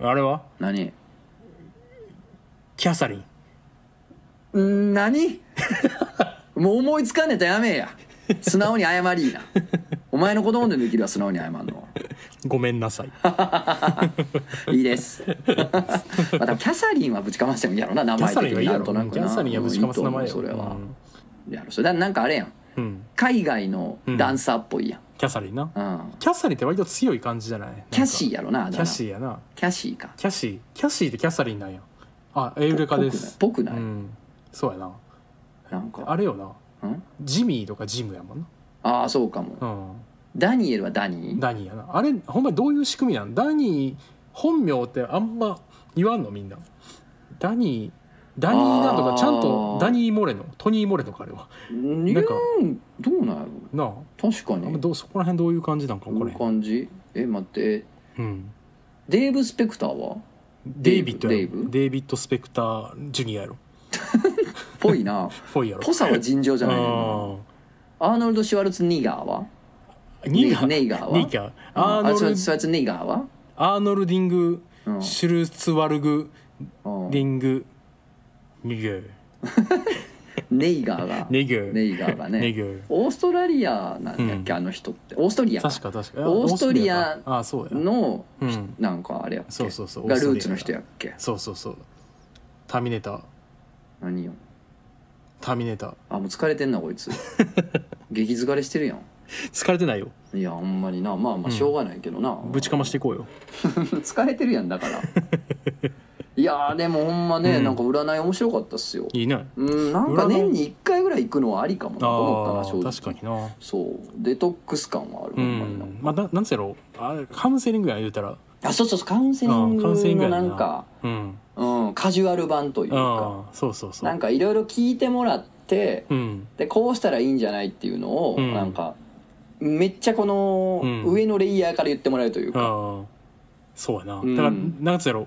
あれは何キャサリンん何もう思いつかんねえとやめえや素直に謝りいなお前の子供でもできるわ素直に謝んのごめんなさいいいですまたキャサリンはぶちかましてもいいやろな名キャ前サ的リンはいにいやなろんとキなくなャサリンはぶちかます名前いいよと思うそれはう、んやろそれだからなんかあれやんうん海外のダンサーっぽいやん、キャサリンなうんキャサリンって割と強い感じじゃないキャシーややろなあだキ名ャシーやなキャシーかキャシーキャシーってキャサリンなんやあエウレカですぽくうない、んそうやななんかあれよなうんジミーとかジムやもんああそうかもなうんダニエルはダニーダニーやなあれほんまにどういう仕組みなんダニー本名ってあんま言わんのみんなダニーダニーなんとあかーちゃんとダニー・モレノトニー・モレノかあれはニなュんかーンどうなんやろなあ確かあんまにどうそこら辺どういう感じなんかど分うかいうらへ感じえ待ってん、うん、デーブ・スペクターはデイビッドやろデイブデイビッド・スペクター・ジュニアやろぽ いなフォイやろぽさは尋常じゃないよあなアーノルド・シュワルツ・ニガーはーニーガーネイガーはニーガーアーノあシュワルルツシュワルツ・ニガーはアーノルディングうんシュルツワルグうんリングニゲーネイガーがネゲーネイガーがネねゲーオーストラリアなんだっけ、うんあの人ってオーストリアか確か確かオーストリアオーストリアかあそうやのうんなんかあれやっけそうそうそうがオーストルリアーツの人やっけそうそうそうターミネーター何よターミネーターあもう疲れてんなこ いつ激疲れしてるやん疲れてないよいやほんまになまあまうんあしょうがないけどな、 ぶちかましていこうよ疲れてるやんだから いやーでもほんまね、うんなんか占い面白かったっすよいいねうんなんか占い年に1回ぐらい行くのはありかもなと思あったな正ー直確かになそうデトックス感はある、うほんまになんんかまあななんつやろあれカウンセリングや言うたらあそうそうそうカウンセリンあーカウンセリグングのやななんかうんうん、カジュアル版というかああそうそうそうなんかいろいろ聞いてもらってうんでこうしたらいいんじゃないっていうのを、うんなんかめっちゃこのうん上のレイヤーから言ってもらえるというか、ああそうやなだうんからなんつやろ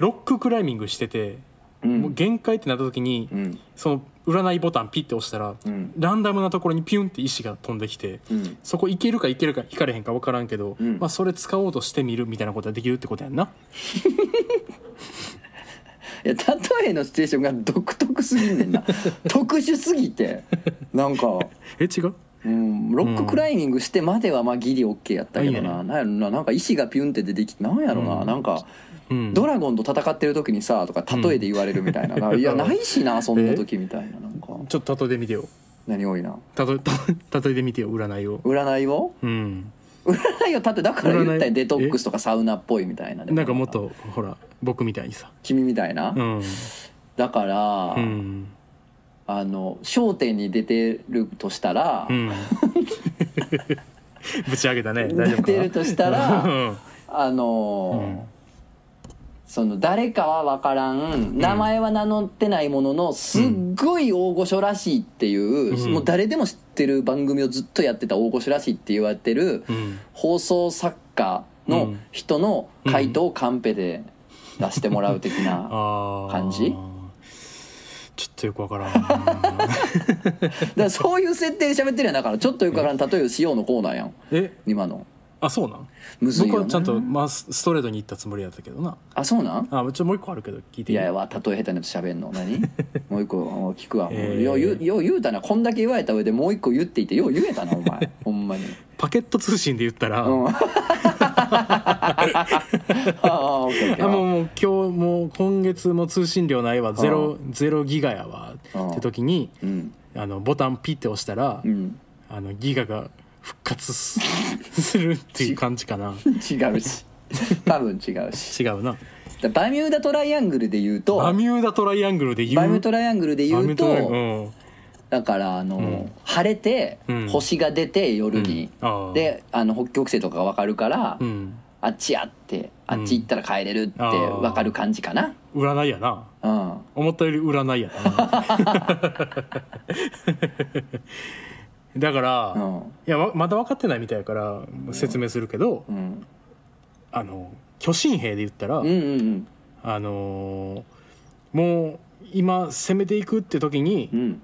ロッククライミングしててうんもう限界ってなった時にうんその占いボタンピッて押したらうんランダムなところにピュンって石が飛んできてうんそこ行けるか行けるか引かれへんか分からんけど、うんまあそれ使おうとしてみるみたいなことができるってことやんな。いや例えのシチュエーションが独特すぎんね んな特殊すぎてなんか、え違ううん、ロッククライミングしてまではまあギリオッケーやったけどうな,、なんやろななんか石がピュンって出てきてなんやろな、うんなんかうん、ドラゴンと戦ってる時にさとか例えで言われるみたいな、なんかいやないしなそんな時みたいななんかちょっと例えてみてよ何多いな例え例えてみてよ占いを。占いをうん、占いをだってだから言った占いよデトックスとかサウナっぽいみたいなでなんかもっとほら僕みたいにさ。君みたいな、うんだから、うんあの『笑点』に出てるとしたら、うんぶち上げたね大丈夫か出てるとしたらうん あのーうんその誰かは分からん名前は名乗ってないもののすっごい大御所らしいっていう、うんもう誰でも知ってる番組をずっとやってた大御所らしいって言われてるうん放送作家の人の回答をカンペで出してもらう的 な。あー感じちょっとよくわからんだからそういう設定で喋ってるやんだからちょっとよくわからん例えをしようのコーナーやんえ今のあそうなんむずい僕よはなちゃんと、まあ、スストレートに行ったつもりやったけどなあそうなんあちょっともう一個あるけど聞いていいいやいやわ例え下手なやつ喋んの 何もう一個もう聞くわ、えーよう言うよう言うたなこんだけ言われた上でもう一個言っていてよう言えたなお 前ほんまにパケット通信で言ったら、うんああオッケーオッケあもうーもう今日もう今月も通信量ないわゼロゼロギガやわうんって時にうんあのボタンピッて押したら、うんあのギガが復活すするっていう感じかな違 うし多分違うし違うなだバミューダトライアングルで言うとババミミューダトライアングルで言うューダトライアングルで言うとバミューダトライアングルだからあの、ん晴れて、うん星が出て夜に、うんあーであの北極星とかが分かるから、うん、あっちやってあっち行ったら帰れるって分かる感じかな、うん、占いやなうん思ったより占いやなだから、ういんやわまだ分かってないみたいやから説明するけど、うんあの巨神兵で言ったら、うんうんあのーもう今攻めていくって時に、うん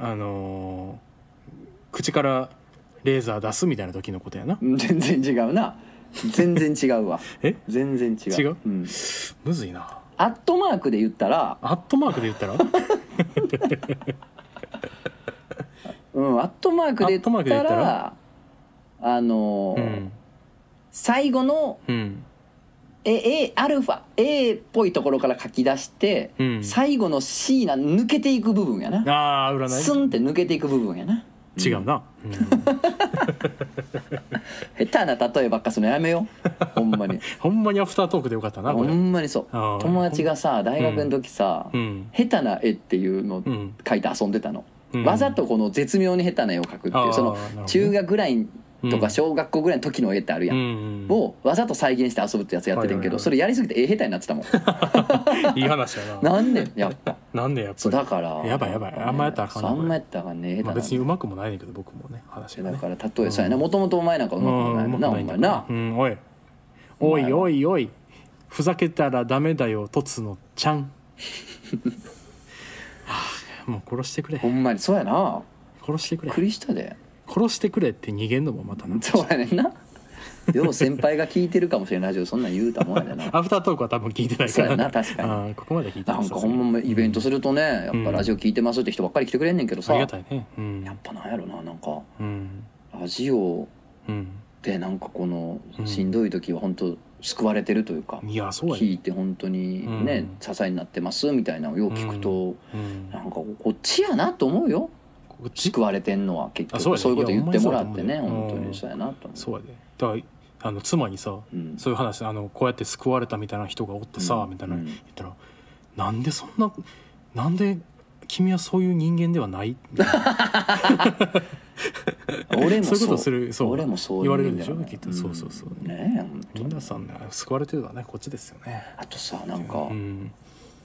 あのー口からレーザー出すみたいな時のことやなうん全然違うな全然違うわえ全然違う、違うんむずいなアットマークで言ったらアットマークで言ったらうんアットマークで言アットマークっで言ったたらあのうーん最後のうんえ A アルファ A っぽいところから書き出して、うん最後の C な抜けていく部分やなああス占ンって抜けていく部分やない違うな、うん下手な例えばっかするのや めようほんまにほんまにアフタートークでよかったなほこれんまにそうあー友達がさ大学の時さ、うん下手な絵っていうのをうん書いて遊んでたの、うんわざとこの絶妙に下手な絵を描くってあいうーそなるほどのね中学ぐらいとうかん小学校ぐらいの時の絵ってあるやん、うんをわざと再現して遊ぶってやつやっててんけど、はいはいはいそれやりすぎて絵下手になって たもんいい話やななんねんやっぱなんでやっそうぱだからやばいやばいあんまやったらあかんなそうあんまやったらあかんねり、下手まあ、な別にうまくもないねんけど僕もね話がだねから例えそうやなもともとお前なんかううまくんうまもないもんくなおないんだ前けどなうんおいおいおいおいふざけたらダメだよとつのちゃん はあもう殺してくれほんまにそうやな殺してくれクリスタで殺してくれって逃げんのもまたなそうやねんなよう先輩が聞いてるかもしれないラジオそんなん言うたもんや でなアフタートークは多分聞いてないからそうやな確かにうんここまで聞いてなまんすかほんまイベントするとねやっんぱラジオ聞いてますって人ばっかり来てくれんねんけどあさりやがったいねうんぱなんやろななんかうんラジオうんでなんかこのうんしんどい時は本当救われてるというかいやそうや聞ねいて本当にうねん支えになってますみたいなのをよう聞くとうんなんかこっちやなと思うよこっち救われてんのは結あ局そうそう,、やねいうこと言ってもらっていねやほんま本にそうやと思う当うんにそうやなと思そうやでうだからあの妻にさうんそういう話あのこうやって救われたみたいな人がおってさ、うんみたいなうん言ったら、なんでそんななんで君はそういう人間ではない みたいな俺もそういうことするるそう俺もそう言われいるうんでだしよょねきっとそうそうそうんねえ本当に皆さんね救われてるのはねこっちですよねあとさなんかうん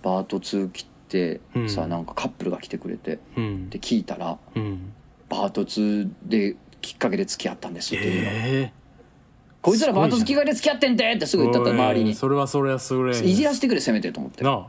パート2来てうんさなんかカップルが来てくれてうんで聞いたらうんパート2できっかけで付き合ったんですっていうの、ええこいつらパート2すごいじゃんきっかけで付き合ってんでってすぐ言ったったおい周りにそれはそれはそれいじらせてくれせめてと思ってなうんあ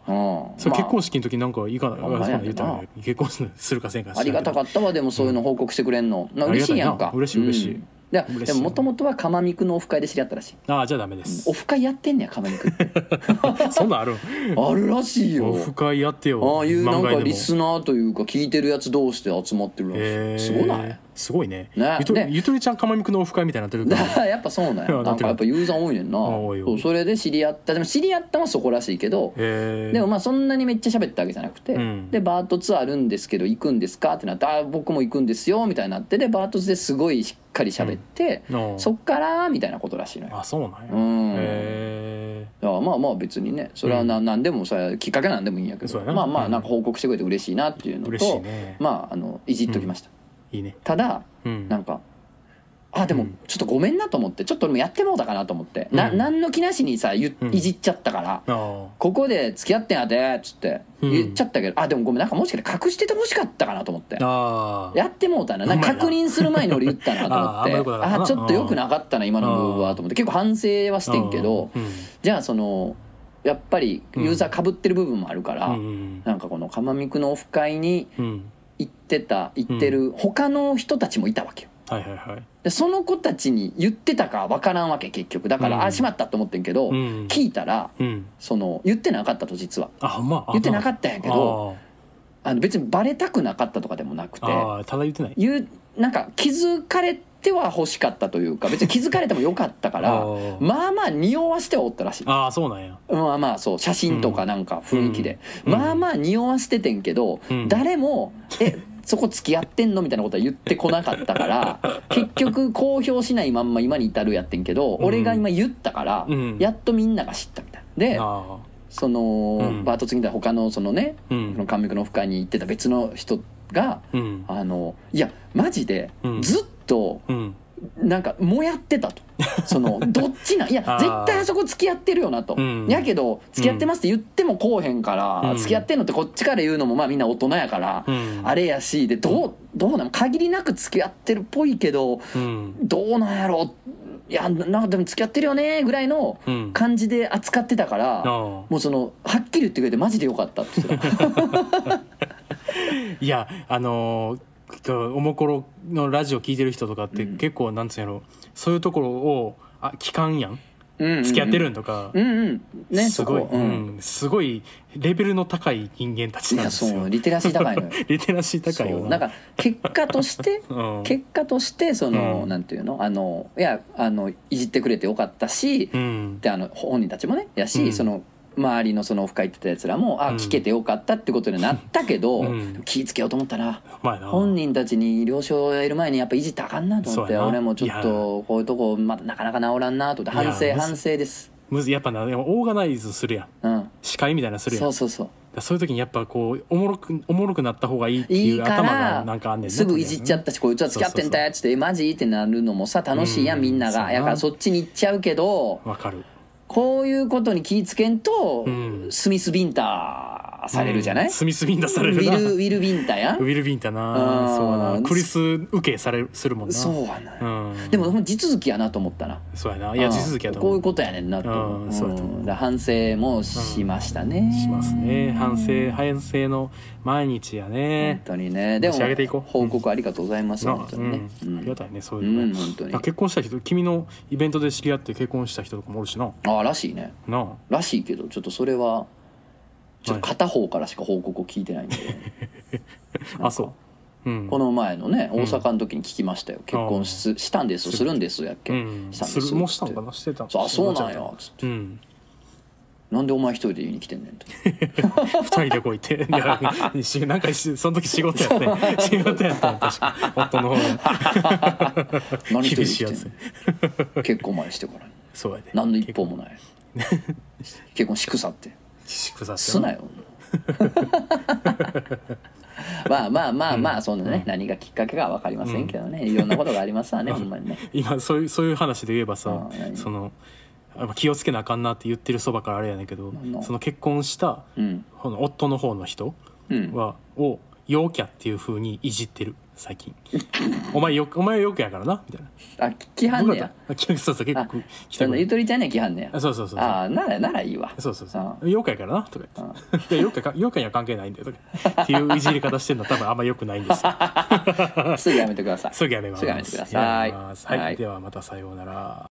それ結婚式の時なんかいかない、ほんまやあ、そんなねん言ったらね結婚するかせんかありがたかっったわでもそういうの報告してくれんの、あなり嬉がしたいいなやんか嬉しい嬉しいうんだから嬉しいでももともとは釜肉のオフ会で知り合ったらしいたああじゃあダメですオフ会やってんねや釜肉って そんなんあるあるらしいよオフ会やってよああいうなん漫画かでもリスナーというか聞いてるやつ同士で集まってるらしい、へーすごないすごいねねゆとりねゆとりちゃんかまみくのオフ会みたいになってるか だらからやっぱそうなんいや やなだっんてかやっぱユーザー多いねんな多いよそうそれで知り合ったでも知り合ったのはそこらしいけどへーでもまあそんなにめっちゃ喋ったわけじゃなくて、うんでバートツあるんですけど行くんですかってなって「あ僕も行くんですよ」みたいになってでバートツですごいしっかり喋って、うんそっからみたいなことらしいのよ。あそうなんやうんへだからまあまあ別にねそれはな何でもさきっかけなんでもいいんやけそどうやなまあまあうんなんか報告してくれて嬉しいなっていうーの嬉しいとねまああのいじっときました。いいねただうんなんかあでうもんちょっとごめんなと思ってちょっと俺もやってもうたかなと思って、なうん何の気なしにさゆうんいじっちゃったから、あーここで付き合ってんやでっつってうん言っちゃったけど、あでもごめんなんかもしかして隠しててほしかったかなと思って。あーやってもうたななんうかまいな確認する前に俺言ったなと思っ あーあんま良くなかったてなあちょっと良くなかったな今のムーブはと思って結構反省はしてんけどうんじゃあそのやっぱりユーザーかぶってる部分もあるから、うんなんかこの釜ミクのオフ会にうん行ってた行ってる他の人たちもいたわけよ。はいはいはいでその子たちに言ってたかわからんわけ結局だから、うんあしまったと思ってんけど、うん聞いたらうんその言ってなかったと実はあほんまあ言ってなっかったんやけどあの別にバレたくなかったとかでもなくてああただ言ってない言うなんか気づかれては欲しかったと いうか別に気づかれてもよかったからあーまあまあ匂わしてはおったらしい。ああそうなんやまあまあそう写真とかなんか雰囲気で、うんまあまあ匂わしててんけど、うん誰も「えそこ付き合ってんの?」みたいなことは言ってこなかったから 結局公表しないまんま今に至るやってんけど、うん俺が今言ったから、うんやっとみんなが知ったみたいなであその、うんバート次だ他のそのねーうそのん神ミクのオフ会に行ってた別の人がうんあのいやマジでうんずっとうんなんかもやっ てたとそのどっちなんいやあー絶対あそこ付き合ってるよなと、うんやけど付き合ってますって言ってもこうへんから、うん付き合ってんのってこっちから言うのもまあみんな大人やから、うんあれやしでどうどうなの限りなく付き合ってるっぽいけどうんどうなんやろいやななんかでも付き合ってるよねぐらいのうん感じで扱ってたから、あもうそのはっきり言ってくれてマジでよかったっ て言ってたーいやあのーおもころのラジオ聞いてる人とかって結構なんつうんやろそういうところをあ期間やんうんうんうん付き合ってるんとか、うんうんねすごい、そこううんんすごいレベルの高い人間たちいなんやですそようリテラシー高いのよリテラシー 高いよそうなだから結果としてうん、結果としてその、うんなんていうのあのいやあのいじってくれてよかったし、うんであの本人たちもねやし、うんその周りのそのオフ会行ってたやつらもあうん聞けてよかったってことになったけど、うん気ぃつけようと思ったらまあな本人たちに了承を得る前にやっぱいじってあかんなと思そっうてやな俺もちょっとこういうとこまだなかなか治らんなと思っていやむ反省ず反省です。むずやっぱなでもオーガナイズするやんうん、司会みたいなのするやんそうそうそうだからそういう時にやっぱこうおもろくおもろくなった方がいいっていいういか頭がらなんかあんねんなすぐいじっちゃったしこいつは付き合ってんだよっつって「えマジ?」ってなるのもさ楽しいやうんんみんなそうがやなやからそっちに行っちゃうけどわかるこういうことに気ぃつけんと、うんスミス・ビンターされるじゃない、うんスミスビンタされウるィなルウィル・ビンターやウんィルビンタなあーそうやなクリス受けされるするもんなそうはない、うんでも地続きやなと思ったなそうやないやうん地続きやとこう思いううことやねんなと思う,、うんそうやと思うだから反省もしましたね、しますね反省反省の毎日や本ね当にねで持ち上げていこもう報告ありがとうございます、な本当にね、ううんんありがたいねそうういうのんね本当だにから結婚した人君のイベントで知り合って結婚した人とかもおるしなああらしいねなあらしいけどちょっとそれはちょっと片方からしか報告を聞いてないんで、あそううんこの前のねうん大阪の時に聞きましたよ、結婚ししたんですすするんですやっけ、うんしたんすでするもうしたのかなしてたそうあそうなんやつってうんなんでお前一人で言いに来てんねん と二人でこい ていやしなんかしその時仕事やってん仕事やったん確か夫の方が何一人厳でしい来やてんつねん結婚前してからそうやで何の一歩もない 結婚しくさってしくさってすな よまあまあまあまあ、そんなね、うん何がきっかけかは分かりませんけどね、いろんなことがありますわねほんまにね今そういうそういう話で言えばさあー何そのあ気をつけなあかんなって言ってるそばからあれやねんけどなんなんその結婚したうんこの夫の方の人うんはを陽キャっていう風にいじってる最近 お前よお前陽キャやからなみたいなあ規範ね僕だやとあきそうそう結構来そたのくゆるとりちゃんには規範ねやあそうそうそうそうああならならいいわそうそうそうあ妖怪からなとか言 って「いや妖怪か妖怪には関係ないんだよ」とかって いういじり方してるのは多分あんま良くないんですよすぐやめてくださいすぐやめますすぐやめてくださいやめますはい、はいではまたさようなら